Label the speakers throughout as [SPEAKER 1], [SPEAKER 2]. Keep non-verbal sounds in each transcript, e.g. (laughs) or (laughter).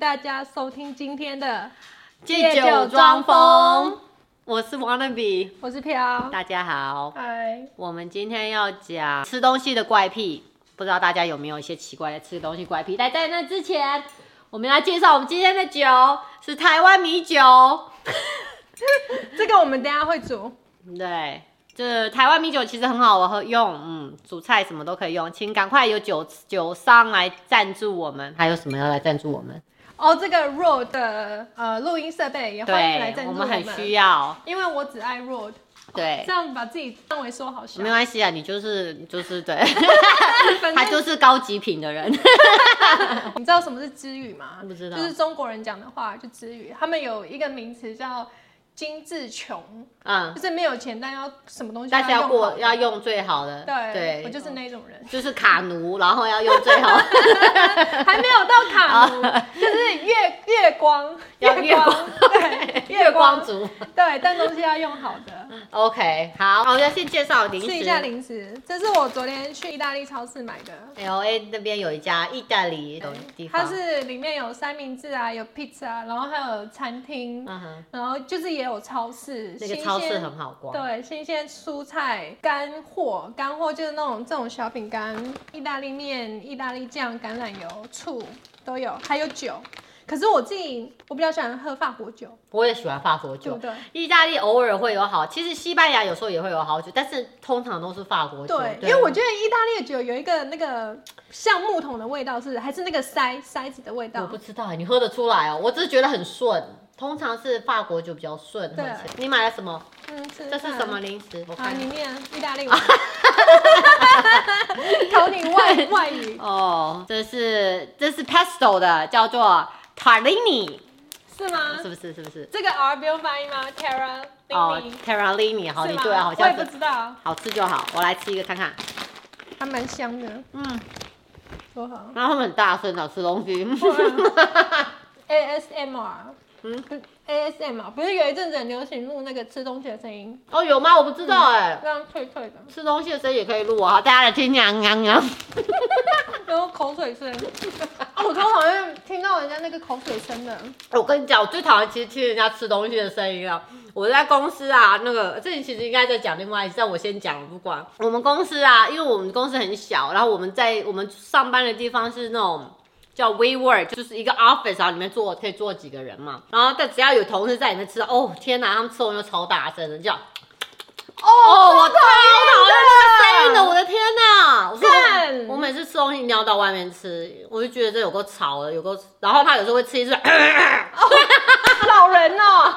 [SPEAKER 1] 大家收听今天的
[SPEAKER 2] 借酒装疯，，我是王仁比，
[SPEAKER 1] 我是飘，
[SPEAKER 2] 大家好。
[SPEAKER 1] 嗨，
[SPEAKER 2] 我们今天要讲吃东西的怪癖，不知道大家有没有一些奇怪的吃东西怪癖？但在那之前，呃我们来介绍我们今天的酒是台湾米酒，
[SPEAKER 1] 这个我们等一下会煮，
[SPEAKER 2] 对。这台湾米酒其实很好喝用，嗯，煮菜什么都可以用，请赶快有酒酒商来赞助我们，还有什么要来赞助我们？
[SPEAKER 1] 哦，这个 Rode 的呃录音设备也欢迎来赞
[SPEAKER 2] 对，
[SPEAKER 1] 助
[SPEAKER 2] 我
[SPEAKER 1] 们
[SPEAKER 2] 们很需要，
[SPEAKER 1] 因为我只爱 Rode，
[SPEAKER 2] 对 (laughs)
[SPEAKER 1] 这，样把自己范围说好小
[SPEAKER 2] 没，关系啊，你就是就是 (laughs) 对，
[SPEAKER 1] (laughs) 反
[SPEAKER 2] 他
[SPEAKER 1] 正
[SPEAKER 2] 就是高级品的人。
[SPEAKER 1] 你知道什么是知语吗？
[SPEAKER 2] 不知道
[SPEAKER 1] 就是中国人讲的话就知语，他们有一个名词叫精致穷，
[SPEAKER 2] 嗯
[SPEAKER 1] 就，是没有钱但要什么东西
[SPEAKER 2] 但是
[SPEAKER 1] 要
[SPEAKER 2] 要
[SPEAKER 1] 用好
[SPEAKER 2] 过要用最好的，
[SPEAKER 1] 对，
[SPEAKER 2] 对，，
[SPEAKER 1] 我就是那种人
[SPEAKER 2] 嗯就是卡奴，然后要用最好，
[SPEAKER 1] (laughs) 还没有到卡奴，就是月月光，
[SPEAKER 2] 要啊 (laughs) 月
[SPEAKER 1] 光，对，
[SPEAKER 2] (laughs)
[SPEAKER 1] 月光，
[SPEAKER 2] 族。嗯
[SPEAKER 1] 对，但东西要用好的。
[SPEAKER 2] OK，好，我要先介绍零
[SPEAKER 1] 吃一
[SPEAKER 2] 食。
[SPEAKER 1] 下零食，这是我昨天去意大利超市买的。
[SPEAKER 2] L A 那边有一家意大利的地方，
[SPEAKER 1] 它是里面有三明治啊，有 pizza，啊然后还有餐厅，
[SPEAKER 2] 嗯哼，
[SPEAKER 1] 然后就是也有超市，
[SPEAKER 2] 那个
[SPEAKER 1] 新
[SPEAKER 2] 超市
[SPEAKER 1] 鲜
[SPEAKER 2] 很好逛。
[SPEAKER 1] 对，新鲜蔬菜、干货，干货就是那种这种小饼干、意大利面、意大利酱、橄榄油、醋都有，还有酒。可是我自己我比较喜欢喝法国酒，
[SPEAKER 2] 我也喜欢法国
[SPEAKER 1] 对不
[SPEAKER 2] 酒，
[SPEAKER 1] 对？
[SPEAKER 2] 意大利偶尔会有好，其实西班牙有时候也会有好酒，但是通常都是法国酒。
[SPEAKER 1] 对，因为我觉得意大利的酒有一个那个橡木桶的味道是，还是那个塞塞子的味
[SPEAKER 2] 我
[SPEAKER 1] 道
[SPEAKER 2] 不。知道，你喝得出来哦，我只是觉得很顺。通常是法国酒比较顺喝起来。你买了什么？
[SPEAKER 1] 嗯，吃
[SPEAKER 2] 这是
[SPEAKER 1] 饭
[SPEAKER 2] 什么？啊零食？我
[SPEAKER 1] 啊，
[SPEAKER 2] 看
[SPEAKER 1] 里面意大利文，考你
[SPEAKER 2] (laughs)
[SPEAKER 1] 外外语
[SPEAKER 2] 哦，这是这是 pesto 的，叫做 tarlini，
[SPEAKER 1] 是吗
[SPEAKER 2] 是？不是？是不是？
[SPEAKER 1] 这个 R 不用发音吗？Tara
[SPEAKER 2] 哦
[SPEAKER 1] Lini
[SPEAKER 2] ，tarlini，好，
[SPEAKER 1] 是
[SPEAKER 2] 你
[SPEAKER 1] 吗
[SPEAKER 2] 对啊，好
[SPEAKER 1] 我也
[SPEAKER 2] 像
[SPEAKER 1] 不
[SPEAKER 2] 是
[SPEAKER 1] 知道，
[SPEAKER 2] 好吃就好。我来吃一个看看。
[SPEAKER 1] 还蛮香的，
[SPEAKER 2] 嗯，
[SPEAKER 1] 多
[SPEAKER 2] (laughs)
[SPEAKER 1] 好。
[SPEAKER 2] 然后他们很大声的吃东
[SPEAKER 1] (laughs)
[SPEAKER 2] 西。
[SPEAKER 1] ASMR，
[SPEAKER 2] 嗯
[SPEAKER 1] 嗯，ASMR 不是有一阵子很流行录那个吃东西的声音，
[SPEAKER 2] 哦，有吗？我不知道哎、
[SPEAKER 1] 这样脆脆的，
[SPEAKER 2] 吃东西的声音也可以录啊，好大家来听呀呀呀！
[SPEAKER 1] 然后口水
[SPEAKER 2] (laughs)
[SPEAKER 1] 声。啊
[SPEAKER 2] 哦
[SPEAKER 1] 我通常会听到人家那个口水声的，
[SPEAKER 2] 我跟你讲，我最讨厌其实听人家吃东西的声音了。啊我在公司啊，那个这里其实应该在讲另外一次，但我先讲，我不管。我们公司啊，因为我们公司很小，然后我们在我们上班的地方是那种叫 WeWork，就是一个 office 啊，里面坐可以坐几个人嘛。然后但只要有同事在里面吃，哦天哪，他们吃完就超大声的叫。哦，我最讨厌那个声音了，我的天哪！我说
[SPEAKER 1] 赞
[SPEAKER 2] 我每次吃东西一定要到外面吃，我就觉得这有够吵的，有够。然后他有时候会吃一次。 (coughs)
[SPEAKER 1] (laughs) 老人哦，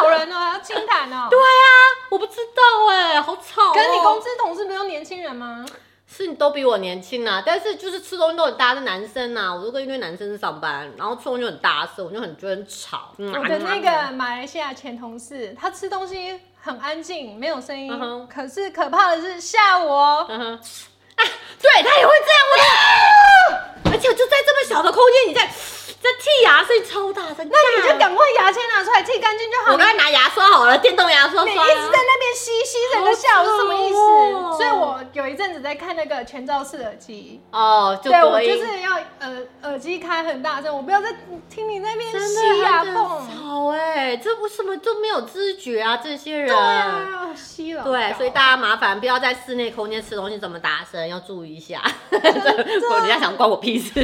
[SPEAKER 1] 老人哦，要清谈哦。
[SPEAKER 2] (laughs) 对啊，我不知道哎、好吵、哦。
[SPEAKER 1] 可是你公司同事没有年轻人吗？
[SPEAKER 2] 是你都比我年轻啊，但是就是吃东西都很大，是男生啊，我都跟一堆男生上班，然后吃东西就很大声，我就很觉得很吵。嗯
[SPEAKER 1] 我的哦那个马来西亚前同事，他吃东西很安静，没有声音
[SPEAKER 2] 嗯哼
[SPEAKER 1] 可是可怕的是下午哦，
[SPEAKER 2] 嗯哼，啊，对他也会这样，我的，而且就在这么小的空间，你在在剔牙声音超大声，
[SPEAKER 1] 那你就
[SPEAKER 2] 干
[SPEAKER 1] 赶快牙签拿出来剃干净就好
[SPEAKER 2] 我
[SPEAKER 1] 了
[SPEAKER 2] 刚。才拿牙刷好了，电动牙刷刷、啊。
[SPEAKER 1] 你一直在那边吸吸整个下午是什么意思？
[SPEAKER 2] 好丑哦
[SPEAKER 1] 所以我有一阵子在看那个全罩式耳机，
[SPEAKER 2] 哦，就
[SPEAKER 1] 对我
[SPEAKER 2] 播音
[SPEAKER 1] 就是要耳耳机开很大声，我不要再听你那边
[SPEAKER 2] 啊真
[SPEAKER 1] 吸啊
[SPEAKER 2] 的
[SPEAKER 1] 牙
[SPEAKER 2] 很
[SPEAKER 1] 缝。
[SPEAKER 2] 吵哎、这为什么都没有知觉啊？这些人
[SPEAKER 1] 对啊，吸了。
[SPEAKER 2] 对，所以大家麻烦不要在室内空间吃东西这么大声，要注意一下。 (laughs) 我人家想关我屁事， (laughs)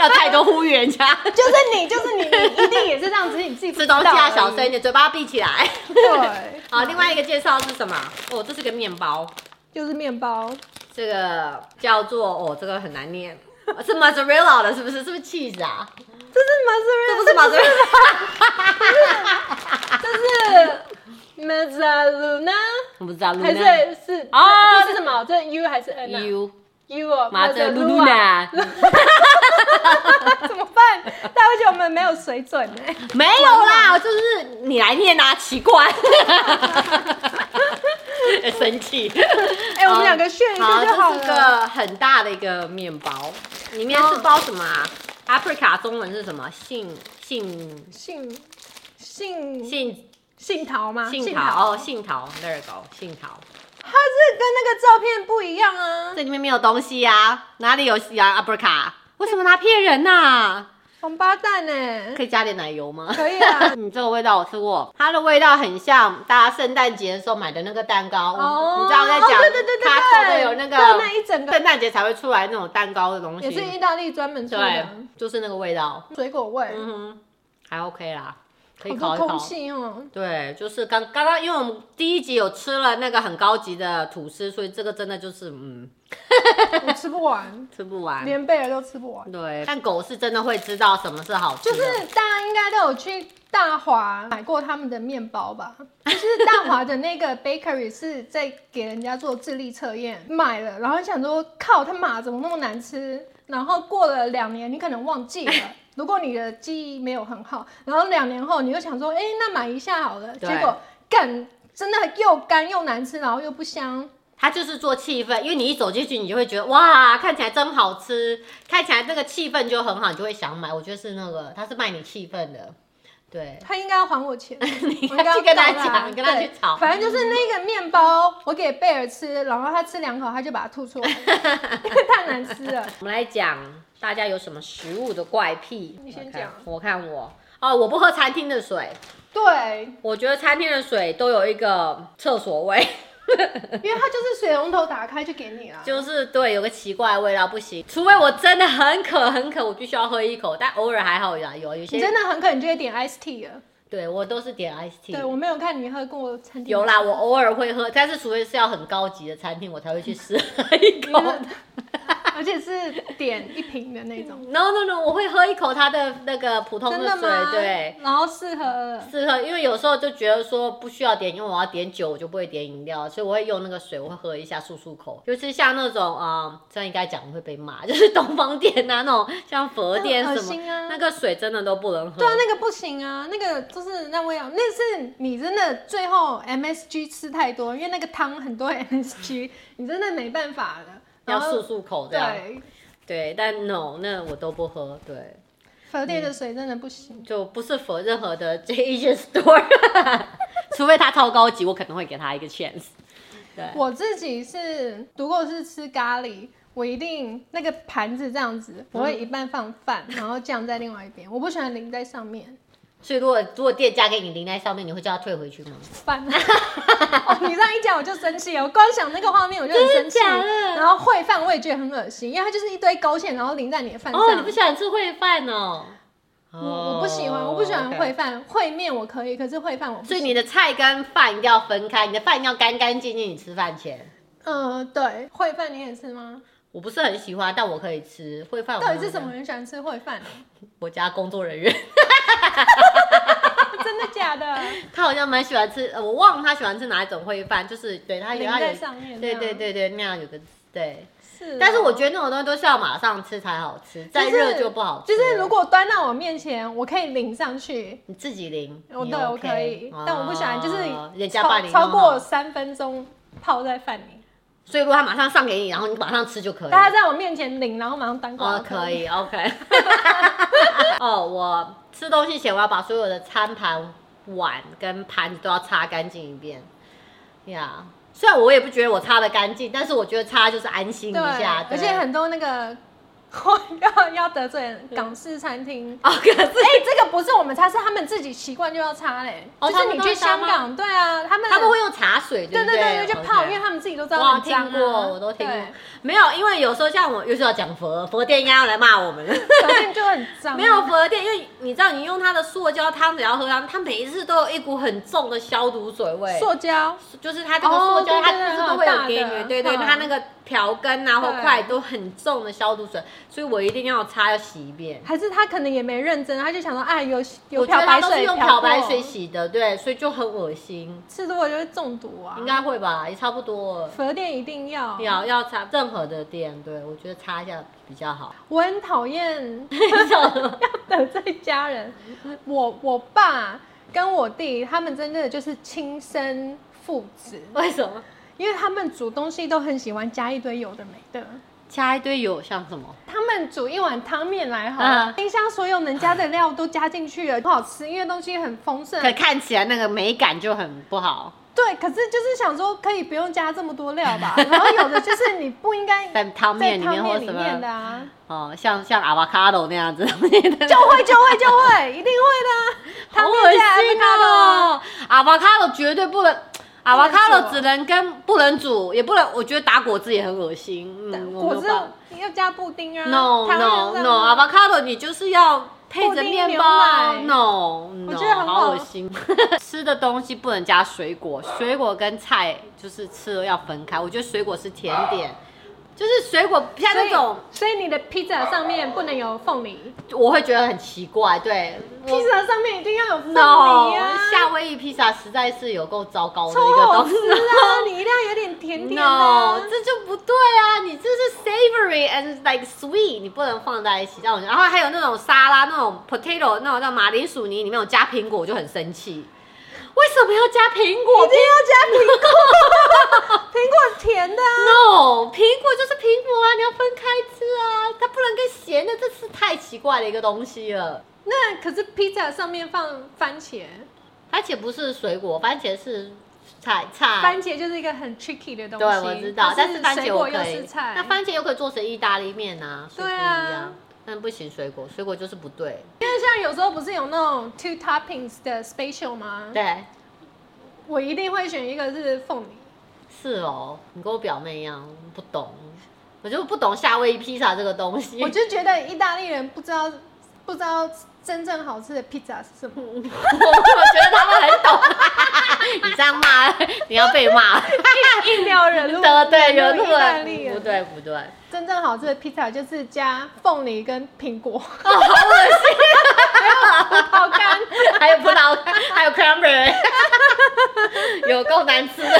[SPEAKER 2] 要太多呼吁人家
[SPEAKER 1] 就是你，就是你，你一定也是这样子，只是你自己不
[SPEAKER 2] 吃
[SPEAKER 1] 知道
[SPEAKER 2] 东
[SPEAKER 1] 而已
[SPEAKER 2] 西要小声一。点，嘴巴闭起来。
[SPEAKER 1] 对，
[SPEAKER 2] 好，另外一个介绍是什么？哦，这是个面包，
[SPEAKER 1] 就是面包，
[SPEAKER 2] 这个叫做哦，这个很难念，是 mozzarella 的，是不是？是不是 cheese 啊？
[SPEAKER 1] 这是马斯
[SPEAKER 2] 这
[SPEAKER 1] 瑞，
[SPEAKER 2] 不是 mozzarella，
[SPEAKER 1] 这是 m a z a l u n a
[SPEAKER 2] 我不知道，
[SPEAKER 1] 还是是
[SPEAKER 2] 啊
[SPEAKER 1] 这是什么？这是 U 还是 N 啊
[SPEAKER 2] you
[SPEAKER 1] U 哦
[SPEAKER 2] m o z z a r
[SPEAKER 1] Mazzaluna
[SPEAKER 2] e l a
[SPEAKER 1] (laughs) 怎么办？大家会觉得我们没有水准欸呢、
[SPEAKER 2] 没有啦，就是你来念啊，奇怪， (laughs) 生气。
[SPEAKER 1] 哎、我们两个炫一
[SPEAKER 2] 好，
[SPEAKER 1] 个
[SPEAKER 2] 这
[SPEAKER 1] 就好
[SPEAKER 2] 是
[SPEAKER 1] 了。嗯
[SPEAKER 2] 个很大的一个面包，里面是包什么啊？Africa 中文是什么？杏杏
[SPEAKER 1] 姓姓
[SPEAKER 2] 杏
[SPEAKER 1] 姓陶吗？
[SPEAKER 2] 杏桃哦，杏桃，there you go，杏桃。
[SPEAKER 1] 它是跟那个照片不一样啊。
[SPEAKER 2] 这里面没有东西呀、啊，哪里有啊？Africa？为什么他骗人呐、
[SPEAKER 1] 王八蛋呢？
[SPEAKER 2] 可以加点奶油吗？，
[SPEAKER 1] 可以啊
[SPEAKER 2] (laughs) 嗯，这个味道我吃过，它的味道很像大家圣诞节的时候买的那个蛋糕。
[SPEAKER 1] 哦，
[SPEAKER 2] 你知道我在讲，
[SPEAKER 1] 哦对对对对对，
[SPEAKER 2] 它做的有那
[SPEAKER 1] 对
[SPEAKER 2] 个
[SPEAKER 1] 那一整个
[SPEAKER 2] 圣诞节才会出来那种蛋糕的东
[SPEAKER 1] 也是
[SPEAKER 2] 西，
[SPEAKER 1] 意大利专门出
[SPEAKER 2] 对
[SPEAKER 1] 的，
[SPEAKER 2] 就是那个味道，
[SPEAKER 1] 水果味，
[SPEAKER 2] 嗯哼，还 OK 啦，可以
[SPEAKER 1] 好多
[SPEAKER 2] 烤一烤
[SPEAKER 1] 空。气哦。
[SPEAKER 2] 对，就是刚刚刚，因为我们第一集有吃了那个很高级的吐司，所以这个真的就是嗯
[SPEAKER 1] 我吃不完，
[SPEAKER 2] 吃不完。
[SPEAKER 1] 连贝尔都吃不完。
[SPEAKER 2] 对，但狗是真的会知道什么是好吃
[SPEAKER 1] 就
[SPEAKER 2] 的。
[SPEAKER 1] 是大家应该都有去大华买过他们的面包吧？就是大华的那个 bakery 是在给人家做智力测验，买了，然后想说靠他妈怎么那么难吃？然后过了两年，你可能忘记了。如果你的记忆没有很好，然后两年后你又想说，哎、那买一下好了，
[SPEAKER 2] 对
[SPEAKER 1] 结果干真的又干又难吃，然后又不香，
[SPEAKER 2] 它就是做气氛，因为你一走进去，你就会觉得哇，看起来真好吃，看起来那个气氛就很好，你就会想买。我觉得是那个，它是卖你气氛的，对，
[SPEAKER 1] 他应该要还我钱。
[SPEAKER 2] (laughs) 你
[SPEAKER 1] 我
[SPEAKER 2] 跟他去
[SPEAKER 1] 要
[SPEAKER 2] 跟他
[SPEAKER 1] 告
[SPEAKER 2] 讲，你跟他去
[SPEAKER 1] 对
[SPEAKER 2] 吵。
[SPEAKER 1] 反正就是那个面包，我给贝尔吃，然后他吃两口，他就把它吐出
[SPEAKER 2] (laughs)
[SPEAKER 1] 来，因为太难吃了。
[SPEAKER 2] 我们来讲大家有什么食物的怪癖，
[SPEAKER 1] 你先
[SPEAKER 2] 我看
[SPEAKER 1] 讲
[SPEAKER 2] 我看我哦，我不喝餐厅的水，
[SPEAKER 1] 对，
[SPEAKER 2] 我觉得餐厅的水都有一个厕所味， (laughs)
[SPEAKER 1] 因为它就是水龙头打开就给你了。
[SPEAKER 2] 就是对有个奇怪的味道，不行，除非我真的很渴很渴，我必须要喝一口，但偶尔还好啦，有有
[SPEAKER 1] 你
[SPEAKER 2] 些
[SPEAKER 1] 真的很可能就会点 ice tea 了。
[SPEAKER 2] 对我都是点 ice tea。
[SPEAKER 1] 对，我没有看你喝过餐厅。
[SPEAKER 2] 有
[SPEAKER 1] (laughs)
[SPEAKER 2] 啦，我偶尔会喝，但是除非是要很高级的餐厅，我才会去试喝
[SPEAKER 1] 你
[SPEAKER 2] 一
[SPEAKER 1] (laughs)
[SPEAKER 2] 口。 (laughs)
[SPEAKER 1] 喝，而且是点一瓶的那种。
[SPEAKER 2] No no no，我会喝一口它的那个普 (laughs) 通
[SPEAKER 1] 真的
[SPEAKER 2] 水，
[SPEAKER 1] 吗？嗯
[SPEAKER 2] 对，。
[SPEAKER 1] 然后适合
[SPEAKER 2] 是喝，因为有时候就觉得说不需要点，因为我要点酒，我就不会点饮料，所以我会用那个水，我会喝一下漱漱口。尤其像那种啊、嗯这样应该讲我会被骂，就是东方店啊那种，像佛店
[SPEAKER 1] 很恶
[SPEAKER 2] 什么，
[SPEAKER 1] 心 (laughs) 啊
[SPEAKER 2] 那个水真的都不能喝。
[SPEAKER 1] 对啊，那个不行啊，那个就是那味道，那是你真的最后 MSG 吃太多，因为那个汤很多 (laughs) MSG，你真的没办法了。
[SPEAKER 2] 要
[SPEAKER 1] 然后
[SPEAKER 2] 漱漱口这样。
[SPEAKER 1] 对，
[SPEAKER 2] 对，但 no，那我都不喝。对。
[SPEAKER 1] 佛店的水真的不行。
[SPEAKER 2] 就不是否任何的 (laughs) 这 Asian store，除 (laughs) 非他超高级，我可能会给他一个 chance。对
[SPEAKER 1] 我自己是，如果是吃咖喱，我一定那个盘子这样子，我会一半放饭，然后酱在另外一边，我不喜欢淋在上面。
[SPEAKER 2] 所以如果如果店家给你淋在上面，你会叫他退回去吗？ (laughs)
[SPEAKER 1] 饭、哦，你这样一讲我就生气了，我光想那个画面我就很生气。
[SPEAKER 2] 真的假的
[SPEAKER 1] 然后烩饭我也觉得很恶心，因为它就是一堆勾芡，然后淋在你的饭上。
[SPEAKER 2] 哦，你不喜欢吃烩饭哦。
[SPEAKER 1] 我我不喜欢，我不喜欢烩
[SPEAKER 2] 饭。
[SPEAKER 1] 饭，烩面我可以，可是烩饭我不
[SPEAKER 2] 哦所以
[SPEAKER 1] 行。
[SPEAKER 2] 你的菜跟饭一定要分开，你的饭一定要干干净净。你吃饭前，
[SPEAKER 1] 嗯、对，烩饭你也吃吗？
[SPEAKER 2] 我不是很喜欢，但我可以吃烩饭。
[SPEAKER 1] 到底是什么？人喜欢吃烩饭啊？
[SPEAKER 2] (laughs) 我家工作人员， (laughs)
[SPEAKER 1] 真的假的？
[SPEAKER 2] 他好像蛮喜欢吃，呃我忘了他喜欢吃哪一种烩饭，就是对他有
[SPEAKER 1] 淋
[SPEAKER 2] 他有
[SPEAKER 1] 在，上面。啊
[SPEAKER 2] 对对，对对，那样有个对。
[SPEAKER 1] 是哦、
[SPEAKER 2] 但是我觉得那种东西都是要马上吃才好吃，再热就不好吃
[SPEAKER 1] 就
[SPEAKER 2] 了。
[SPEAKER 1] 是如果端到我面前，我可以淋上去，
[SPEAKER 2] 你自己淋，
[SPEAKER 1] 我
[SPEAKER 2] 你
[SPEAKER 1] 哦对
[SPEAKER 2] OK,
[SPEAKER 1] 我可以，但我不喜欢就是
[SPEAKER 2] 哦人家帮
[SPEAKER 1] 超
[SPEAKER 2] 你弄
[SPEAKER 1] 超过
[SPEAKER 2] 好。
[SPEAKER 1] 三分钟泡在饭里，
[SPEAKER 2] 所以如果他马上上给你，然后你马上吃就可以。
[SPEAKER 1] 大家在我面前淋，然后马上当
[SPEAKER 2] 哦
[SPEAKER 1] 光，
[SPEAKER 2] 可。以，OK。哦，我吃东西前我要把所有的餐盘、碗跟盘子都要擦干净一遍。呀、虽然我也不觉得我擦的干净，但是我觉得擦就是安心一
[SPEAKER 1] 对
[SPEAKER 2] 下，，
[SPEAKER 1] 而
[SPEAKER 2] 对
[SPEAKER 1] 且很多那个 (laughs) 我要要得罪人港式餐厅。
[SPEAKER 2] 哦，可是
[SPEAKER 1] (laughs) 哎、这个不是我们擦，是他们自己习惯就要擦嘞。
[SPEAKER 2] 哦
[SPEAKER 1] 就是
[SPEAKER 2] 他们
[SPEAKER 1] 你
[SPEAKER 2] 都会
[SPEAKER 1] 去
[SPEAKER 2] 擦
[SPEAKER 1] 香
[SPEAKER 2] 吗
[SPEAKER 1] 港，对啊，他们
[SPEAKER 2] 他们会用茶水，
[SPEAKER 1] 对
[SPEAKER 2] 不
[SPEAKER 1] 对对，就泡，
[SPEAKER 2] OK
[SPEAKER 1] 因为他们自己都知
[SPEAKER 2] 我
[SPEAKER 1] 道
[SPEAKER 2] 好
[SPEAKER 1] 很
[SPEAKER 2] 听
[SPEAKER 1] 脏、啊、
[SPEAKER 2] 过，我都听过
[SPEAKER 1] 对。 (laughs)
[SPEAKER 2] 没有，因为有时候像我，又是要讲佛，佛店应该要来
[SPEAKER 1] (laughs)
[SPEAKER 2] 骂我们了。
[SPEAKER 1] 小店就很脏啊。
[SPEAKER 2] (laughs) 没有佛店，因为你知道，你用它的塑胶汤匙要喝汤，它每一次都有一股很重的消毒水味。
[SPEAKER 1] 塑胶，
[SPEAKER 2] 就是它这个塑胶，
[SPEAKER 1] 哦对对
[SPEAKER 2] 它
[SPEAKER 1] 哦对
[SPEAKER 2] 就是都会有给
[SPEAKER 1] 很大
[SPEAKER 2] 你，
[SPEAKER 1] 的
[SPEAKER 2] 对对，
[SPEAKER 1] 嗯
[SPEAKER 2] 它那个瓢羹啊或
[SPEAKER 1] 对
[SPEAKER 2] 筷都很重的消毒水，所以我一定要擦要洗一遍。
[SPEAKER 1] 还是他可能也没认真，他就想说，哎，有有
[SPEAKER 2] 我觉
[SPEAKER 1] 漂
[SPEAKER 2] 得
[SPEAKER 1] 白
[SPEAKER 2] 它都是
[SPEAKER 1] 水，
[SPEAKER 2] 用漂白
[SPEAKER 1] 过
[SPEAKER 2] 水，洗的，对，所以就很恶心，
[SPEAKER 1] 吃多了就会中毒啊。
[SPEAKER 2] 应该会吧，也差不多了。
[SPEAKER 1] 佛店一定要。
[SPEAKER 2] (laughs) 要要擦任何的店，对我觉得擦一下比较好。
[SPEAKER 1] 我很讨厌
[SPEAKER 2] (laughs)
[SPEAKER 1] (laughs)
[SPEAKER 2] 笑什么
[SPEAKER 1] 得罪家人，我我爸跟我弟他们真的就是亲生父子，
[SPEAKER 2] 为什么
[SPEAKER 1] 因为他们煮东西都很喜欢加一堆有的没的。
[SPEAKER 2] 加一堆油像什么？
[SPEAKER 1] 他们煮一碗汤面来好了，
[SPEAKER 2] 嗯
[SPEAKER 1] 冰箱所有能加的料都加进去了，不好吃，因为东西很丰盛。
[SPEAKER 2] 可看起来那个美感就很不好。
[SPEAKER 1] 对，可是就是想说可以不用加这么多料
[SPEAKER 2] (laughs)
[SPEAKER 1] 吧，然后有的就是你不应该在
[SPEAKER 2] 在汤面里
[SPEAKER 1] 汤
[SPEAKER 2] 面或
[SPEAKER 1] 面里
[SPEAKER 2] 什
[SPEAKER 1] 面
[SPEAKER 2] 么
[SPEAKER 1] 的啊，
[SPEAKER 2] 哦，像像 avocado 那样
[SPEAKER 1] (laughs)
[SPEAKER 2] 子，
[SPEAKER 1] 就会就会就会，一定会的啊，
[SPEAKER 2] (laughs) 好
[SPEAKER 1] 汤
[SPEAKER 2] 恶
[SPEAKER 1] 面加
[SPEAKER 2] 心
[SPEAKER 1] avocado 啊
[SPEAKER 2] 哦！avocado 绝对不能
[SPEAKER 1] 能煮
[SPEAKER 2] ，avocado 只能跟不能煮，也不能，我觉得打果汁也很恶心。嗯，我没
[SPEAKER 1] 果
[SPEAKER 2] 有
[SPEAKER 1] 汁
[SPEAKER 2] 办法。
[SPEAKER 1] 要加布丁啊
[SPEAKER 2] No
[SPEAKER 1] 台湾人
[SPEAKER 2] no
[SPEAKER 1] 这样
[SPEAKER 2] no
[SPEAKER 1] 啊
[SPEAKER 2] avocado 你就是要配着面包
[SPEAKER 1] 布丁牛奶
[SPEAKER 2] ，no
[SPEAKER 1] 我
[SPEAKER 2] no，
[SPEAKER 1] 觉得很
[SPEAKER 2] 好
[SPEAKER 1] 好
[SPEAKER 2] 恶心。 (laughs) 吃的东西不能加水果，水果跟菜就是吃了要分开。我觉得水果是甜
[SPEAKER 1] 啊
[SPEAKER 2] 点，就是水果像
[SPEAKER 1] 所
[SPEAKER 2] 那
[SPEAKER 1] 以
[SPEAKER 2] 种
[SPEAKER 1] 所以你的披萨上面不能有凤梨，
[SPEAKER 2] 我会觉得很奇怪，对。我
[SPEAKER 1] 披萨上面一定要有凤
[SPEAKER 2] No，
[SPEAKER 1] 梨啊，
[SPEAKER 2] 夏威夷披萨实在是有够糟糕的
[SPEAKER 1] 超
[SPEAKER 2] 一个
[SPEAKER 1] 好
[SPEAKER 2] 东
[SPEAKER 1] 吃
[SPEAKER 2] 西。
[SPEAKER 1] 啊， (laughs) 你一定要有点甜甜的啊、
[SPEAKER 2] No，这就不对啊！你这是 savory and like sweet，你不能放在一起让我觉得。然后还有那种沙拉，那种 potato，那种叫马铃薯泥里面有加苹果，我就很生气。为什么要加苹
[SPEAKER 1] 一
[SPEAKER 2] 果
[SPEAKER 1] 定要加苹果，苹果甜的、啊。
[SPEAKER 2] ？No，苹果就是苹果啊，你要分开吃啊，它不能跟咸的，这是太奇怪的一个东西了。
[SPEAKER 1] 那可是披萨上面放番茄，
[SPEAKER 2] 番茄不是水果，番茄是菜菜。
[SPEAKER 1] 番茄就是一个很 tricky 的东西。
[SPEAKER 2] 啊对，我知道，
[SPEAKER 1] 它
[SPEAKER 2] 但
[SPEAKER 1] 是
[SPEAKER 2] 是番
[SPEAKER 1] 水
[SPEAKER 2] 茄我
[SPEAKER 1] 果又
[SPEAKER 2] 可
[SPEAKER 1] 是
[SPEAKER 2] 以。
[SPEAKER 1] 菜，
[SPEAKER 2] 那番茄又可以做成意大利面啊，所以不
[SPEAKER 1] 对
[SPEAKER 2] 一
[SPEAKER 1] 啊
[SPEAKER 2] 样。但不行，水果水果就是不对。
[SPEAKER 1] 因为像有时候不是有那种 two toppings 的 special 吗？
[SPEAKER 2] 对，
[SPEAKER 1] 我一定会选一个是凤梨。
[SPEAKER 2] 是哦，你跟我表妹一样，不懂，我就不懂夏威夷披萨这个东西
[SPEAKER 1] 我。就觉得意大利人不知道不知道真正好吃的披萨是什么。
[SPEAKER 2] (laughs) 我觉得他们很懂。 (laughs) 你这样骂，你要被骂。
[SPEAKER 1] 硬聊人路，
[SPEAKER 2] 对对，有
[SPEAKER 1] 惹
[SPEAKER 2] 路
[SPEAKER 1] 怒意大利
[SPEAKER 2] 人，不
[SPEAKER 1] 人。
[SPEAKER 2] 对不对。
[SPEAKER 1] 真正好吃的披萨就是加凤梨跟苹果，
[SPEAKER 2] 哦，好恶心。啊
[SPEAKER 1] (laughs) 好干。
[SPEAKER 2] 还有葡萄，还有 cranberry，有够难吃的。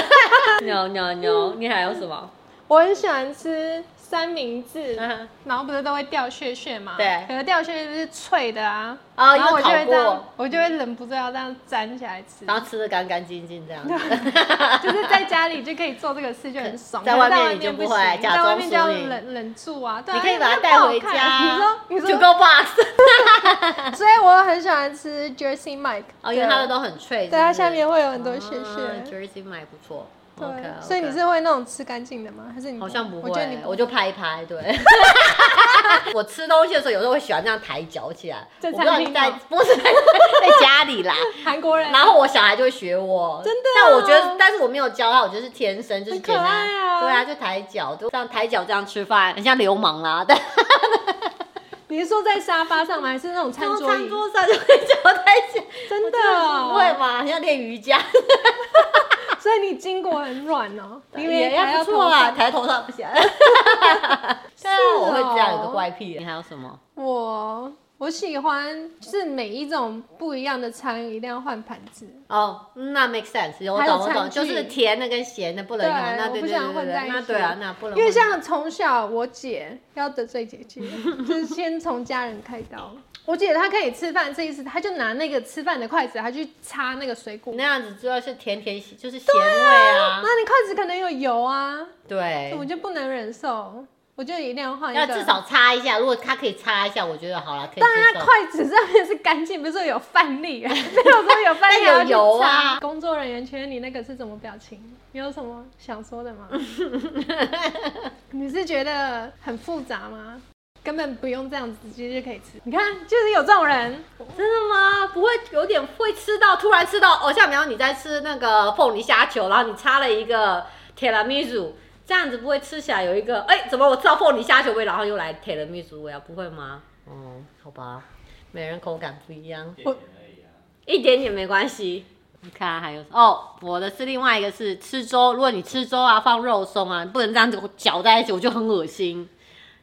[SPEAKER 2] no (laughs) no no，你还有什 (laughs) 么？
[SPEAKER 1] 我很喜欢吃三明治，
[SPEAKER 2] 嗯
[SPEAKER 1] 然后不是都会掉屑屑嘛？
[SPEAKER 2] 对
[SPEAKER 1] 可是掉屑屑就是脆的啊。
[SPEAKER 2] 哦
[SPEAKER 1] 然后我
[SPEAKER 2] 有烤
[SPEAKER 1] 就会这样
[SPEAKER 2] 过，哦
[SPEAKER 1] 我就会忍不住要这样粘起来吃。
[SPEAKER 2] 然后吃的干干净净这样子。
[SPEAKER 1] 就是在家里就可以做这个事，就
[SPEAKER 2] (laughs)
[SPEAKER 1] 很爽。可
[SPEAKER 2] 在
[SPEAKER 1] 是
[SPEAKER 2] 外面
[SPEAKER 1] 外
[SPEAKER 2] 你就
[SPEAKER 1] 面
[SPEAKER 2] 不
[SPEAKER 1] 不
[SPEAKER 2] 会
[SPEAKER 1] 行
[SPEAKER 2] 假
[SPEAKER 1] 在外
[SPEAKER 2] 装
[SPEAKER 1] 面
[SPEAKER 2] 淑
[SPEAKER 1] 就要
[SPEAKER 2] 女
[SPEAKER 1] 忍忍住啊。对啊，
[SPEAKER 2] 你可以
[SPEAKER 1] 因为
[SPEAKER 2] 把它
[SPEAKER 1] 不
[SPEAKER 2] 带
[SPEAKER 1] 好
[SPEAKER 2] 回
[SPEAKER 1] 看
[SPEAKER 2] 家，
[SPEAKER 1] 你说，你
[SPEAKER 2] 就
[SPEAKER 1] 说，
[SPEAKER 2] go box。
[SPEAKER 1] 所以我很喜欢吃 Jersey Mike
[SPEAKER 2] (laughs) 哦，因为它的都很脆，
[SPEAKER 1] 对，它下面
[SPEAKER 2] 会
[SPEAKER 1] 会有很多屑屑。
[SPEAKER 2] 哦 Jersey 买不错。
[SPEAKER 1] 对
[SPEAKER 2] OK，
[SPEAKER 1] 所以你是会那种吃干净的吗？还是你
[SPEAKER 2] 好像不会，
[SPEAKER 1] 我觉得你
[SPEAKER 2] 我
[SPEAKER 1] 不
[SPEAKER 2] 就拍一拍。
[SPEAKER 1] (laughs)
[SPEAKER 2] 对， (laughs) 我吃东西的时候有时候会喜欢这样抬脚起来。
[SPEAKER 1] 在
[SPEAKER 2] 我不知道
[SPEAKER 1] 餐
[SPEAKER 2] 你
[SPEAKER 1] 厅
[SPEAKER 2] 在
[SPEAKER 1] 吗
[SPEAKER 2] 不是在 (laughs) 在家里啦。
[SPEAKER 1] 韩国人
[SPEAKER 2] 然后我小孩就会学我，
[SPEAKER 1] 真的哦
[SPEAKER 2] 但我觉得，但是我没有教他，我就是天生就是
[SPEAKER 1] 很可
[SPEAKER 2] 简单，
[SPEAKER 1] 爱啊
[SPEAKER 2] 对啊，就抬脚，就这样抬脚这样吃饭，很像流氓啦。但
[SPEAKER 1] 你是说在沙发上吗？还是那种餐桌
[SPEAKER 2] 餐
[SPEAKER 1] 椅？
[SPEAKER 2] 桌上就会脚抬脚，
[SPEAKER 1] 真的
[SPEAKER 2] 不会
[SPEAKER 1] 哦，
[SPEAKER 2] 吗？很像练瑜伽，
[SPEAKER 1] 所以你筋骨很软哦，你
[SPEAKER 2] 也
[SPEAKER 1] 还
[SPEAKER 2] 要
[SPEAKER 1] 要
[SPEAKER 2] 不错啦，
[SPEAKER 1] 啊。
[SPEAKER 2] 抬头上不
[SPEAKER 1] (laughs)
[SPEAKER 2] 行。 (laughs) 对啊，
[SPEAKER 1] 哦
[SPEAKER 2] 我会这样有个怪癖。你还有什么？
[SPEAKER 1] 我我喜欢就是每一种不一样的餐一定要换盘子，
[SPEAKER 2] 哦，那 make sense，我
[SPEAKER 1] 还有
[SPEAKER 2] 懂我懂，
[SPEAKER 1] 餐具
[SPEAKER 2] 就是甜的跟咸的不能用，
[SPEAKER 1] 对
[SPEAKER 2] 那
[SPEAKER 1] 我
[SPEAKER 2] 对
[SPEAKER 1] 不
[SPEAKER 2] 对
[SPEAKER 1] 想
[SPEAKER 2] 对对
[SPEAKER 1] 混在
[SPEAKER 2] 对，
[SPEAKER 1] 一
[SPEAKER 2] 那
[SPEAKER 1] 起
[SPEAKER 2] 对啊，那不能混在一起。
[SPEAKER 1] 因为像从小我姐要得罪姐姐， (laughs) 就是先从家人开刀。我姐她可以吃饭这一次，她就拿那个吃饭的筷子，她去擦那个水果。
[SPEAKER 2] 那样子主要是甜甜就是咸味啊
[SPEAKER 1] 那，你筷子可能有油啊，
[SPEAKER 2] 对，
[SPEAKER 1] 我就不能忍受，我就一定要换一
[SPEAKER 2] 要
[SPEAKER 1] 个。
[SPEAKER 2] 至少擦一下，如果它可以擦一下，我觉得好了，可以
[SPEAKER 1] 当然，
[SPEAKER 2] 接
[SPEAKER 1] 它
[SPEAKER 2] 受。
[SPEAKER 1] 筷子上面是干净，不是说有饭粒啊， (laughs) 没有说有
[SPEAKER 2] (laughs)
[SPEAKER 1] 饭粒
[SPEAKER 2] 但有
[SPEAKER 1] 还要去
[SPEAKER 2] 油啊
[SPEAKER 1] 擦工作人员请问你那个是什么表情？你有什么想说
[SPEAKER 2] (laughs)
[SPEAKER 1] 的吗？你是觉得很复杂吗？根本不用这样子，直接就可以吃。你看，就是有这种人，
[SPEAKER 2] 真的吗？不会有点会吃到突然吃到哦，像比方你在吃那个凤梨虾球，然后你插了一个铁拉米薯，这样子不会吃起来有一个哎，怎么我吃到凤梨虾球味，然后又来铁拉米薯味啊？不会吗？哦，好吧，每人口感不一样，
[SPEAKER 1] 我
[SPEAKER 2] 一点点没关系。你看还有哦，我的是另外一个是吃粥，如果你吃粥啊放肉松啊，你不能这样子搅在一起，我就很恶心。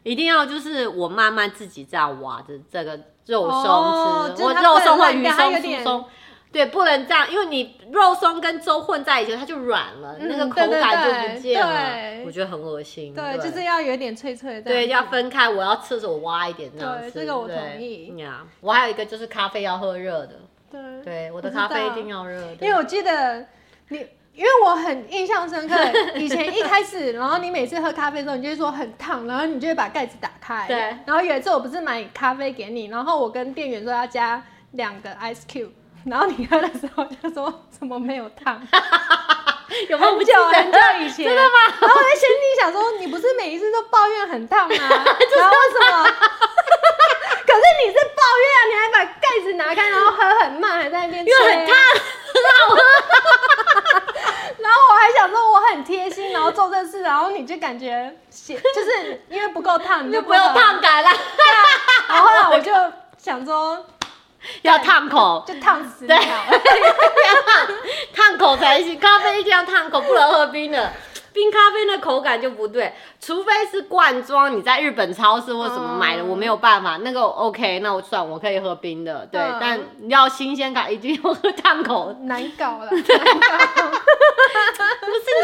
[SPEAKER 2] 一定要就是我慢慢自己这样挖着这个肉松吃，
[SPEAKER 1] 哦就是
[SPEAKER 2] 我
[SPEAKER 1] 它
[SPEAKER 2] 肉
[SPEAKER 1] 不能
[SPEAKER 2] 松或
[SPEAKER 1] 乱
[SPEAKER 2] 鱼
[SPEAKER 1] 掉它
[SPEAKER 2] 松、
[SPEAKER 1] 有
[SPEAKER 2] 酥
[SPEAKER 1] 点
[SPEAKER 2] 松，对，不能这样，因为你肉松跟粥混在一起，它就软了，
[SPEAKER 1] 嗯
[SPEAKER 2] 那个
[SPEAKER 1] 对
[SPEAKER 2] 口
[SPEAKER 1] 对
[SPEAKER 2] 感
[SPEAKER 1] 对
[SPEAKER 2] 就不见了，
[SPEAKER 1] 对
[SPEAKER 2] 我觉得很恶心。
[SPEAKER 1] 对，就是要有点脆脆的。
[SPEAKER 2] 对，要分开。我要吃的时候我挖一点这样
[SPEAKER 1] 啊嗯对
[SPEAKER 2] 吃。
[SPEAKER 1] 这个我
[SPEAKER 2] 对
[SPEAKER 1] 同意
[SPEAKER 2] 呀，我还有一个就是咖啡要喝热的，
[SPEAKER 1] 对
[SPEAKER 2] 对，我的
[SPEAKER 1] 知道
[SPEAKER 2] 咖啡一定要热的。
[SPEAKER 1] 因为我记得你，因为我很印象深
[SPEAKER 2] (laughs)
[SPEAKER 1] 刻，以前一开始，然后你每次喝咖啡的时候，你就会说很烫，然后你就会把盖子打开。
[SPEAKER 2] 对
[SPEAKER 1] 然后有一次我不是买咖啡给你，然后我跟店员说要加两个 ice cube，然后你喝的时候就说怎么没有烫，
[SPEAKER 2] (laughs) 有没有
[SPEAKER 1] 很
[SPEAKER 2] 不
[SPEAKER 1] 久
[SPEAKER 2] 记得
[SPEAKER 1] 很久以前，
[SPEAKER 2] 真的吗？
[SPEAKER 1] 然后我在心里想说，你不是每一次都抱怨很
[SPEAKER 2] (laughs)
[SPEAKER 1] 烫吗？然后为什么？ (laughs) 可是你是抱怨啊，你还把盖子拿开，然后喝很慢，还在那边
[SPEAKER 2] 因
[SPEAKER 1] 吹，
[SPEAKER 2] 为很烫，
[SPEAKER 1] 然后我还想说我很贴心，然后做这事，然后你就感觉血， (laughs) 就是因为不够烫，你
[SPEAKER 2] 就
[SPEAKER 1] 就
[SPEAKER 2] (laughs) 不用
[SPEAKER 1] 喝。
[SPEAKER 2] 烫
[SPEAKER 1] (laughs)
[SPEAKER 2] 感啦，
[SPEAKER 1] 然后后来我就想说，
[SPEAKER 2] 要烫口， (laughs)
[SPEAKER 1] 就烫死你好了。
[SPEAKER 2] 烫口才行。咖啡一定要烫口，不能喝冰的。冰咖啡的口感就不对，除非是罐装，你在日本超市或什么买的，
[SPEAKER 1] 嗯
[SPEAKER 2] 我没有办法，那个 OK，那我算我可以喝冰的，对，
[SPEAKER 1] 嗯
[SPEAKER 2] 但要新鲜感，一定要喝烫口，
[SPEAKER 1] (laughs) 难搞了， (laughs) 难搞。
[SPEAKER 2] 不是你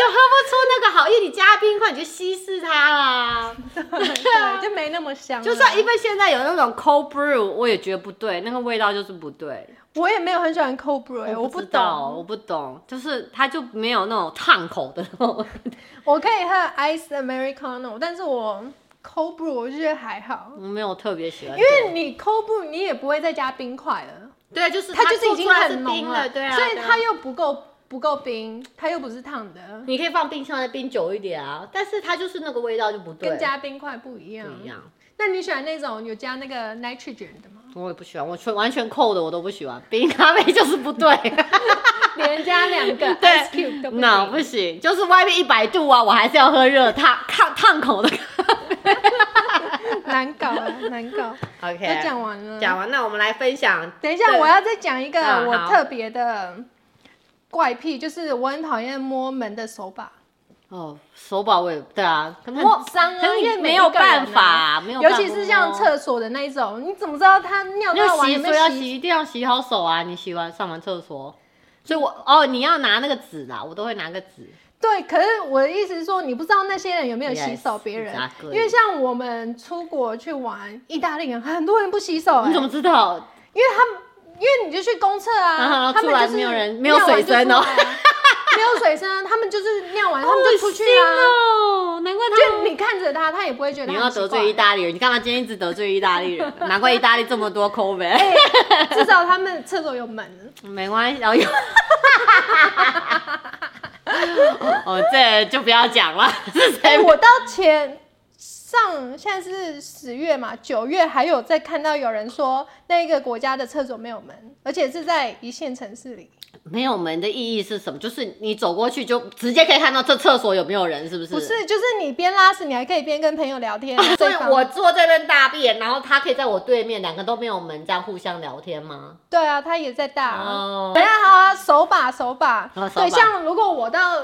[SPEAKER 2] 就喝不出那个好意，你加冰块你就稀释它啦。
[SPEAKER 1] 对，就没那么香了。
[SPEAKER 2] 就算因为现在有那种 cold brew，我也觉得不对，那个味道就是不对。
[SPEAKER 1] 我也没有很喜欢 cold brew，我欸
[SPEAKER 2] 不知
[SPEAKER 1] 懂。
[SPEAKER 2] 道，哎我不懂，就是它就没有那种烫口的那种。
[SPEAKER 1] 我可以喝 ice americano，但是我 cold brew 我就觉得还好，
[SPEAKER 2] 我没有特别喜欢，
[SPEAKER 1] 因为你 cold brew 你也不会再加冰块了，
[SPEAKER 2] 对，啊就是
[SPEAKER 1] 它就是
[SPEAKER 2] 做
[SPEAKER 1] 已经
[SPEAKER 2] 出来是
[SPEAKER 1] 很浓
[SPEAKER 2] 冰了，对啊，
[SPEAKER 1] 所以
[SPEAKER 2] 对啊
[SPEAKER 1] 它又不够不够冰，它又不是烫的，
[SPEAKER 2] 你可以放冰箱再冰久一点啊，但是它就是那个味道就不对，
[SPEAKER 1] 跟加冰块不一样。
[SPEAKER 2] 不一样。
[SPEAKER 1] 那你喜欢那种有加那个 nitrogen 的吗？
[SPEAKER 2] 我也不喜欢，我全完全扣的我都不喜欢，冰咖啡就是不对
[SPEAKER 1] (laughs) 连加两 (laughs) 个
[SPEAKER 2] 对
[SPEAKER 1] ice cube 都不
[SPEAKER 2] ，no
[SPEAKER 1] 行。
[SPEAKER 2] (laughs) 不行，就是外面一百度啊，我还是要喝热烫烫烫口的。
[SPEAKER 1] (laughs) 难搞啊，难搞。
[SPEAKER 2] OK，啊
[SPEAKER 1] 都讲啊完了。
[SPEAKER 2] 讲完，那我们来分享。
[SPEAKER 1] 等一下，
[SPEAKER 2] 对
[SPEAKER 1] 我要再讲一个
[SPEAKER 2] 嗯
[SPEAKER 1] 我
[SPEAKER 2] 好
[SPEAKER 1] 特别的怪癖，就是我很讨厌摸门的手把，
[SPEAKER 2] 哦，手把我也对啊，可能
[SPEAKER 1] 摸脏
[SPEAKER 2] 可
[SPEAKER 1] 啊，
[SPEAKER 2] 是
[SPEAKER 1] 因为每
[SPEAKER 2] 你没
[SPEAKER 1] 一
[SPEAKER 2] 有
[SPEAKER 1] 个人啊
[SPEAKER 2] 办法、。没有办
[SPEAKER 1] 尤
[SPEAKER 2] 法
[SPEAKER 1] 其是像
[SPEAKER 2] 摸，
[SPEAKER 1] 厕所的那一种，你怎么知道他尿
[SPEAKER 2] 那
[SPEAKER 1] 到完
[SPEAKER 2] 洗
[SPEAKER 1] 有没
[SPEAKER 2] 所以要
[SPEAKER 1] 有洗？
[SPEAKER 2] 洗，一定要洗好手啊！你洗完上完厕所，所以我哦，你要拿那个纸啦，我都会拿个纸。
[SPEAKER 1] 对，可是我的意思是说，你不知道那些人有没有洗
[SPEAKER 2] Yes，
[SPEAKER 1] 手别人因
[SPEAKER 2] exactly
[SPEAKER 1] 为像我们出国去玩，意大利人很多人不洗
[SPEAKER 2] (laughs)
[SPEAKER 1] 手、欸，
[SPEAKER 2] 你怎么知道？
[SPEAKER 1] 因为他们，因为你就去公厕
[SPEAKER 2] (laughs) 然后
[SPEAKER 1] 啊，
[SPEAKER 2] 呢
[SPEAKER 1] 他们
[SPEAKER 2] 出来
[SPEAKER 1] 就是
[SPEAKER 2] 没有人没有水声哦
[SPEAKER 1] 尿完就出来啊 (laughs) 没有水声啊，他们就是尿完他们就出去
[SPEAKER 2] 好恶
[SPEAKER 1] 啊，
[SPEAKER 2] 心哦，难怪他
[SPEAKER 1] 就
[SPEAKER 2] 们。
[SPEAKER 1] 你看着他，他也不会觉得
[SPEAKER 2] 你
[SPEAKER 1] 他
[SPEAKER 2] 要
[SPEAKER 1] 很奇
[SPEAKER 2] 得
[SPEAKER 1] 怪
[SPEAKER 2] 罪意大利人，你干嘛今天一直得罪意大利人？难怪意大利这么多 COVID。 (laughs)
[SPEAKER 1] (laughs) 至少他们厕所有门，
[SPEAKER 2] 没关系，哦
[SPEAKER 1] (laughs)
[SPEAKER 2] 有。 (laughs) 哦，这就不要讲了，是
[SPEAKER 1] 哎、
[SPEAKER 2] 谁？
[SPEAKER 1] 我到前上现在是十月嘛，九月还有在看到有人说那个国家的厕所没有门，而且是在一线城市里，
[SPEAKER 2] 没有门的意义是什么？就是你走过去就直接可以看到这厕所有没有人，是不是？
[SPEAKER 1] 不是，就是你边拉屎你还可以边跟朋友聊天，啊
[SPEAKER 2] 所以
[SPEAKER 1] 对方
[SPEAKER 2] 我坐这边大便，然后他可以在我对面，两个都没有门，这样互相聊天吗？
[SPEAKER 1] 对啊，他也在大、啊。
[SPEAKER 2] 哦
[SPEAKER 1] 等一下，好啊，手把手把，
[SPEAKER 2] 哦手把
[SPEAKER 1] 对，像如果我到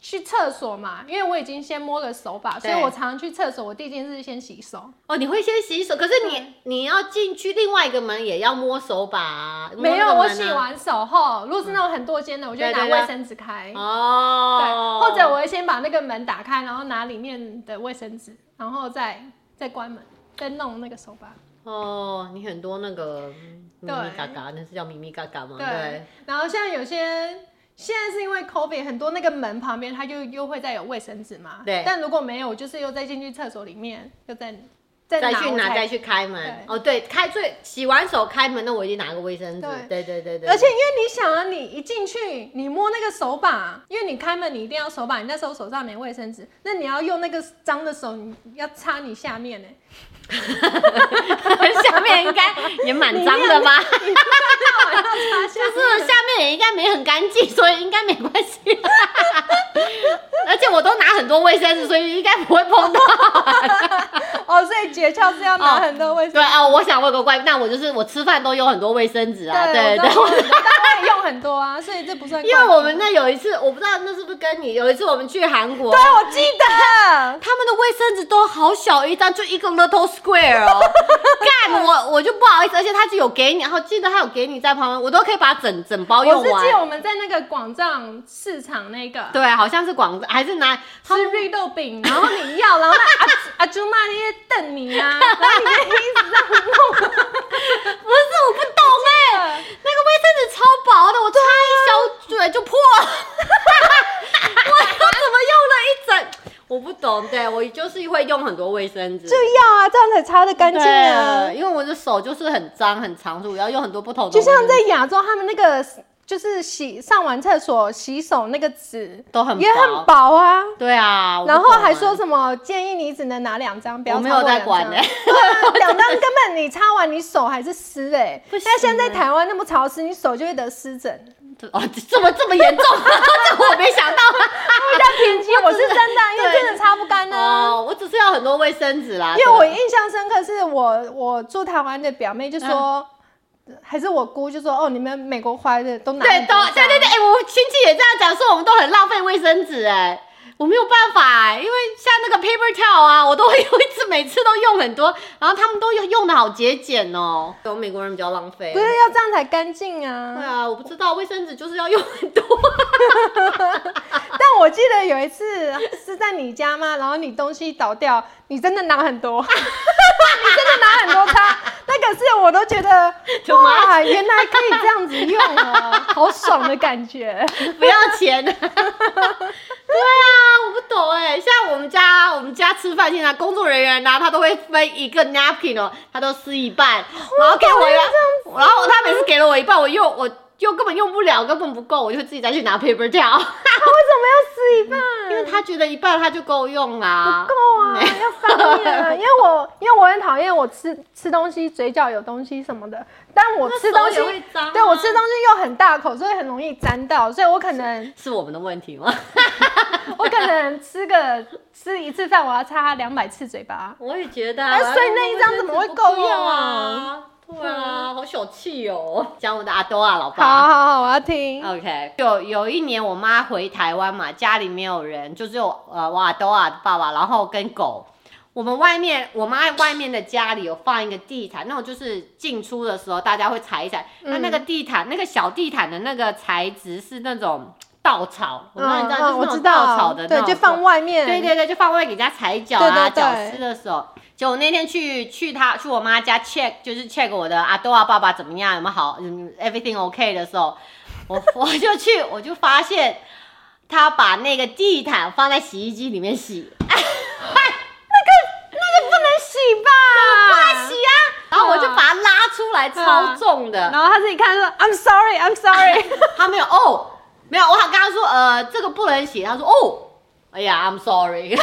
[SPEAKER 1] 去厕所嘛，因为我已经先摸了手把，所
[SPEAKER 2] 对
[SPEAKER 1] 以我常去厕所，我第一件事是先洗手。
[SPEAKER 2] 哦，你会先洗手，可是你你要进去另外一个门也要摸手把、啊，摸
[SPEAKER 1] 没
[SPEAKER 2] 那
[SPEAKER 1] 有，
[SPEAKER 2] 个门
[SPEAKER 1] 我
[SPEAKER 2] 啊
[SPEAKER 1] 洗。完手后，如果是那种很多间的，我就会拿
[SPEAKER 2] 对对对
[SPEAKER 1] 卫生纸开，
[SPEAKER 2] 哦，
[SPEAKER 1] 对，或者我会先把那个门打开，然后拿里面的卫生纸，然后再再关门，再弄那个手把。
[SPEAKER 2] 哦，你很多那个咪
[SPEAKER 1] 对
[SPEAKER 2] 咪嘎嘎，那是叫咪咪嘎嘎吗？
[SPEAKER 1] 对，然后像有些现在是因为 COVID，很多那个门旁边它就又会再有卫生纸嘛。
[SPEAKER 2] 对
[SPEAKER 1] 但如果没有，我就是又再进去厕所里面，又再再
[SPEAKER 2] 对，再去
[SPEAKER 1] 我
[SPEAKER 2] 拿
[SPEAKER 1] 才
[SPEAKER 2] 再去开门
[SPEAKER 1] 对。
[SPEAKER 2] 哦，对，开最洗完手开门，那我一定拿个卫生纸。对对对对，
[SPEAKER 1] 而且因为你想啊，你一进去，你摸那个手把，因为你开门你一定要手把，你那时候手上没卫生纸，那你要用那个脏的手，你要擦你下面欸
[SPEAKER 2] (laughs)
[SPEAKER 1] 呢、
[SPEAKER 2] 下面应该也蛮脏的吧？
[SPEAKER 1] 那我要擦下
[SPEAKER 2] 就
[SPEAKER 1] 面。
[SPEAKER 2] 是下面也应该没很干净，所以应该没关 (laughs) 系。而且我都拿很多卫生纸，所以应该不会 (laughs) 碰到。
[SPEAKER 1] 哦，所以诀窍是要拿
[SPEAKER 2] 哦
[SPEAKER 1] 很多卫生纸。
[SPEAKER 2] 对啊、我想问个怪，那我就是我吃饭都有很多卫生纸啊，对
[SPEAKER 1] 对，我
[SPEAKER 2] 对
[SPEAKER 1] 知。道我很多，但我也用很多啊，所以这不算怪
[SPEAKER 2] (laughs) 因
[SPEAKER 1] 癖。
[SPEAKER 2] 为我们那有一次，我不知道那是不是跟你有一次我们去韩国，
[SPEAKER 1] 对，哦我记得。
[SPEAKER 2] 他们的卫生纸都好小一张，就一个 little square (laughs) 哦。干我我就不好意思，而且他就有给你，然后记得他有给你在旁边，我都可以把整整包
[SPEAKER 1] 我
[SPEAKER 2] 用
[SPEAKER 1] 是
[SPEAKER 2] 完
[SPEAKER 1] 记。得我们在那个广藏市场那个，
[SPEAKER 2] 对，好像是广还是拿他
[SPEAKER 1] 吃绿豆饼，然后你要，然后那阿 (laughs) 阿朱妈那些瞪你 (laughs) 啊，然后你就一直这样弄
[SPEAKER 2] (laughs) 不是，我不懂哎、
[SPEAKER 1] 啊，
[SPEAKER 2] 那个卫生纸超薄的，我擦一小嘴就破了。 (laughs) 我我怎么用了一整？我不懂，对我就是会用很多卫生纸。
[SPEAKER 1] 就要啊，这样才擦的干净啊
[SPEAKER 2] 对，。因为我的手就是很脏很长，所以我要用很多不同的
[SPEAKER 1] 就
[SPEAKER 2] 卫生纸。
[SPEAKER 1] 像在亚洲，他们那个就是洗上完厕所洗手那个纸
[SPEAKER 2] 都很
[SPEAKER 1] 也很
[SPEAKER 2] 薄。
[SPEAKER 1] 薄啊。
[SPEAKER 2] 对啊，我不
[SPEAKER 1] 然后还
[SPEAKER 2] 懂啊
[SPEAKER 1] 说什么建议你只能拿两张，不要
[SPEAKER 2] 我没
[SPEAKER 1] 超
[SPEAKER 2] 有
[SPEAKER 1] 过
[SPEAKER 2] 在
[SPEAKER 1] 两
[SPEAKER 2] 管
[SPEAKER 1] 张
[SPEAKER 2] 欸
[SPEAKER 1] (laughs) 对啊，两张根本你擦完你手还是湿哎、 (laughs) 欸。
[SPEAKER 2] 不
[SPEAKER 1] 但
[SPEAKER 2] 行
[SPEAKER 1] 现在
[SPEAKER 2] 欸
[SPEAKER 1] 台湾那么潮湿，你手就会得湿疹。
[SPEAKER 2] 哦，这么这么严重， (laughs) 这个我没想到。啊
[SPEAKER 1] (laughs) 比较偏激，我是真的，因为
[SPEAKER 2] 对
[SPEAKER 1] 真的擦不干呢。
[SPEAKER 2] 哦，我只是要很多卫生纸啦。
[SPEAKER 1] 嗯因为我
[SPEAKER 2] 对
[SPEAKER 1] 印象深刻是我我住台湾的表妹就说，还是我姑就说，哦，你们美国回来的都拿
[SPEAKER 2] 嗯对
[SPEAKER 1] 很
[SPEAKER 2] 都
[SPEAKER 1] 多
[SPEAKER 2] 对对对，哎、我亲戚也这样讲，说我们都很浪费卫生纸，哎，我没有办法、哎，因为像那个 paper towel 啊，我都会有 (laughs) 一次每次都用很多，然后他们都用用的好节俭哦。我们美国人比较浪费
[SPEAKER 1] 不是。要这样才干净
[SPEAKER 2] 对
[SPEAKER 1] 啊！
[SPEAKER 2] 啊，我不知道卫生纸就是要用很多，
[SPEAKER 1] 但我记得有一次啊是在你家吗？然后你东西倒掉，你真的拿很多，
[SPEAKER 2] (laughs)
[SPEAKER 1] 你真的拿很多擦，那个是我都觉得
[SPEAKER 2] Too much
[SPEAKER 1] 哇，原来可以这样子用啊，好爽的感
[SPEAKER 2] (laughs)
[SPEAKER 1] 觉。
[SPEAKER 2] 不要钱。 (laughs) 对啊，我不懂哎，像我们家我们家吃饭现在工作人员呢、啊他都会分一个 napkin 哦，他都撕一半，然后给我
[SPEAKER 1] 原来
[SPEAKER 2] 一，然后他每次给了我一半，我用我又根本用不了，根本不够，我就自己再去拿 paper towel，
[SPEAKER 1] 他为什么要撕一半？
[SPEAKER 2] 因为他觉得一半他就够用啦、
[SPEAKER 1] 够啊，要翻页啊！因为我因为我很讨厌我吃吃东西嘴角有东西什么的，但我吃
[SPEAKER 2] (laughs)
[SPEAKER 1] 东西
[SPEAKER 2] 那手也会脏啊
[SPEAKER 1] 对我吃东西又很大口，所以很容易沾到，所以我可
[SPEAKER 2] (laughs)
[SPEAKER 1] 能
[SPEAKER 2] 是我们的问题吗？
[SPEAKER 1] 我可能吃个吃一次饭，我要擦两百次嘴
[SPEAKER 2] (laughs)
[SPEAKER 1] 巴。
[SPEAKER 2] 我也觉
[SPEAKER 1] (laughs)
[SPEAKER 2] 得、
[SPEAKER 1] 哎所以那一张怎么会够用啊
[SPEAKER 2] 啊？ (laughs) 对啊，好小气哦，讲我的阿多啊，老爸。
[SPEAKER 1] 好好好，我要听。
[SPEAKER 2] OK，有有一年我妈回台湾嘛，家里没有人，就只有呃我阿兜啊爸爸，然后跟狗。我们外面，我妈外面的家里有放一个地毯，那种就是进出的时候大家会踩一踩。
[SPEAKER 1] 嗯
[SPEAKER 2] 那那个地毯，那个小地毯的那个材质是那种稻草，我不知道你知道，就是
[SPEAKER 1] 嗯我
[SPEAKER 2] 那
[SPEAKER 1] 知
[SPEAKER 2] 种稻草
[SPEAKER 1] 道
[SPEAKER 2] 的，那
[SPEAKER 1] 对，
[SPEAKER 2] 种
[SPEAKER 1] 就放外面。
[SPEAKER 2] 对对对，就放外面给人家踩脚
[SPEAKER 1] 对对
[SPEAKER 2] 啊、
[SPEAKER 1] 对
[SPEAKER 2] 脚湿的时候。结果那天去去他去我妈家 check，就是 check 我的阿豆啊爸爸怎么样，有没有好，嗯，everything OK 的时候，我我就去，我就发现他把那个地毯放在洗衣机里面洗，
[SPEAKER 1] 啊不能洗
[SPEAKER 2] 啊
[SPEAKER 1] 吧？
[SPEAKER 2] 洗啊，然后我就把它拉出来，
[SPEAKER 1] 嗯
[SPEAKER 2] 超重的，
[SPEAKER 1] 然后他自己看说，I'm sorry，I'm sorry。
[SPEAKER 2] (laughs) 他没有哦，没有，我还跟他说，呃，这个不能洗。他说，哦，哎呀，I'm sorry。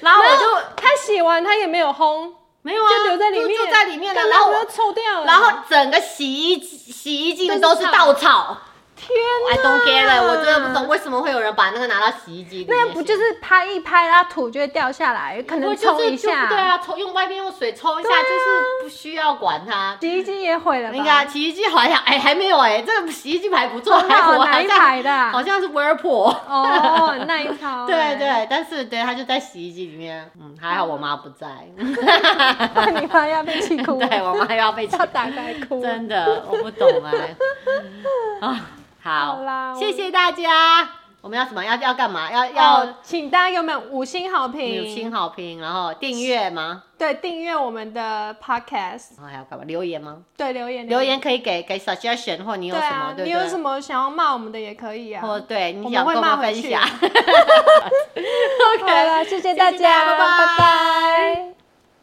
[SPEAKER 2] 然后我就
[SPEAKER 1] 他洗完他也没有烘，
[SPEAKER 2] 没有啊，
[SPEAKER 1] 就留在里面，
[SPEAKER 2] 就就在里面了。
[SPEAKER 1] 干
[SPEAKER 2] 然后
[SPEAKER 1] 嘛不
[SPEAKER 2] 我
[SPEAKER 1] 就臭掉了。
[SPEAKER 2] 然后整个洗衣机洗衣机都是
[SPEAKER 1] 啊
[SPEAKER 2] 稻草。
[SPEAKER 1] 天哪
[SPEAKER 2] I don't get it，我真的不懂为什么会有人把那个拿到洗衣机里面洗。
[SPEAKER 1] 那个不就是拍一拍，它土就会掉下来，可能
[SPEAKER 2] 我就
[SPEAKER 1] 冲
[SPEAKER 2] 是
[SPEAKER 1] 一
[SPEAKER 2] 就对
[SPEAKER 1] 下，
[SPEAKER 2] 啊，冲用外面用水冲一下，
[SPEAKER 1] 对啊
[SPEAKER 2] 就是不需要管它。
[SPEAKER 1] 洗衣机也毁了吧？
[SPEAKER 2] 那个啊洗衣机好像哎还没有哎、这个洗衣机牌
[SPEAKER 1] (laughs)
[SPEAKER 2] 不错，
[SPEAKER 1] 很好
[SPEAKER 2] 还我
[SPEAKER 1] 哦哪
[SPEAKER 2] 好
[SPEAKER 1] 一
[SPEAKER 2] 像
[SPEAKER 1] 排的啊
[SPEAKER 2] 好像是 Whirlpool。
[SPEAKER 1] 哦，那一
[SPEAKER 2] (laughs)
[SPEAKER 1] 套，
[SPEAKER 2] 对，对，但是对，它就在洗衣机里面。嗯，还好我妈不在，
[SPEAKER 1] 那你妈要被气 (laughs) 哭，
[SPEAKER 2] (laughs) 对我妈又
[SPEAKER 1] (laughs)
[SPEAKER 2] 要被气
[SPEAKER 1] 要，打开哭，
[SPEAKER 2] 真的我不懂
[SPEAKER 1] (laughs)
[SPEAKER 2] 哎。啊，
[SPEAKER 1] 好啦
[SPEAKER 2] 好，
[SPEAKER 1] 我
[SPEAKER 2] 谢谢大家。我们要什么？要要干嘛？要
[SPEAKER 1] 要
[SPEAKER 2] 要
[SPEAKER 1] 哦请大家给我们五星好评，
[SPEAKER 2] 五星好评，然后订阅吗？哦
[SPEAKER 1] 对订阅我们的 podcast，
[SPEAKER 2] 然后还要干嘛？留言吗？
[SPEAKER 1] 对留言
[SPEAKER 2] 留言可以给给 suggestion 或你有
[SPEAKER 1] 对
[SPEAKER 2] 什么，
[SPEAKER 1] 啊，
[SPEAKER 2] 对
[SPEAKER 1] 你
[SPEAKER 2] 不
[SPEAKER 1] 有什
[SPEAKER 2] 对？
[SPEAKER 1] 么想要骂我们的也可以啊。
[SPEAKER 2] 或对你
[SPEAKER 1] 我
[SPEAKER 2] 想
[SPEAKER 1] 们会
[SPEAKER 2] 跟我
[SPEAKER 1] 骂
[SPEAKER 2] 们
[SPEAKER 1] 回
[SPEAKER 2] 分
[SPEAKER 1] 去
[SPEAKER 2] 享。
[SPEAKER 1] 好
[SPEAKER 2] OK，
[SPEAKER 1] 了，谢谢大
[SPEAKER 2] 谢谢大
[SPEAKER 1] 家，
[SPEAKER 2] 家拜拜
[SPEAKER 1] 拜拜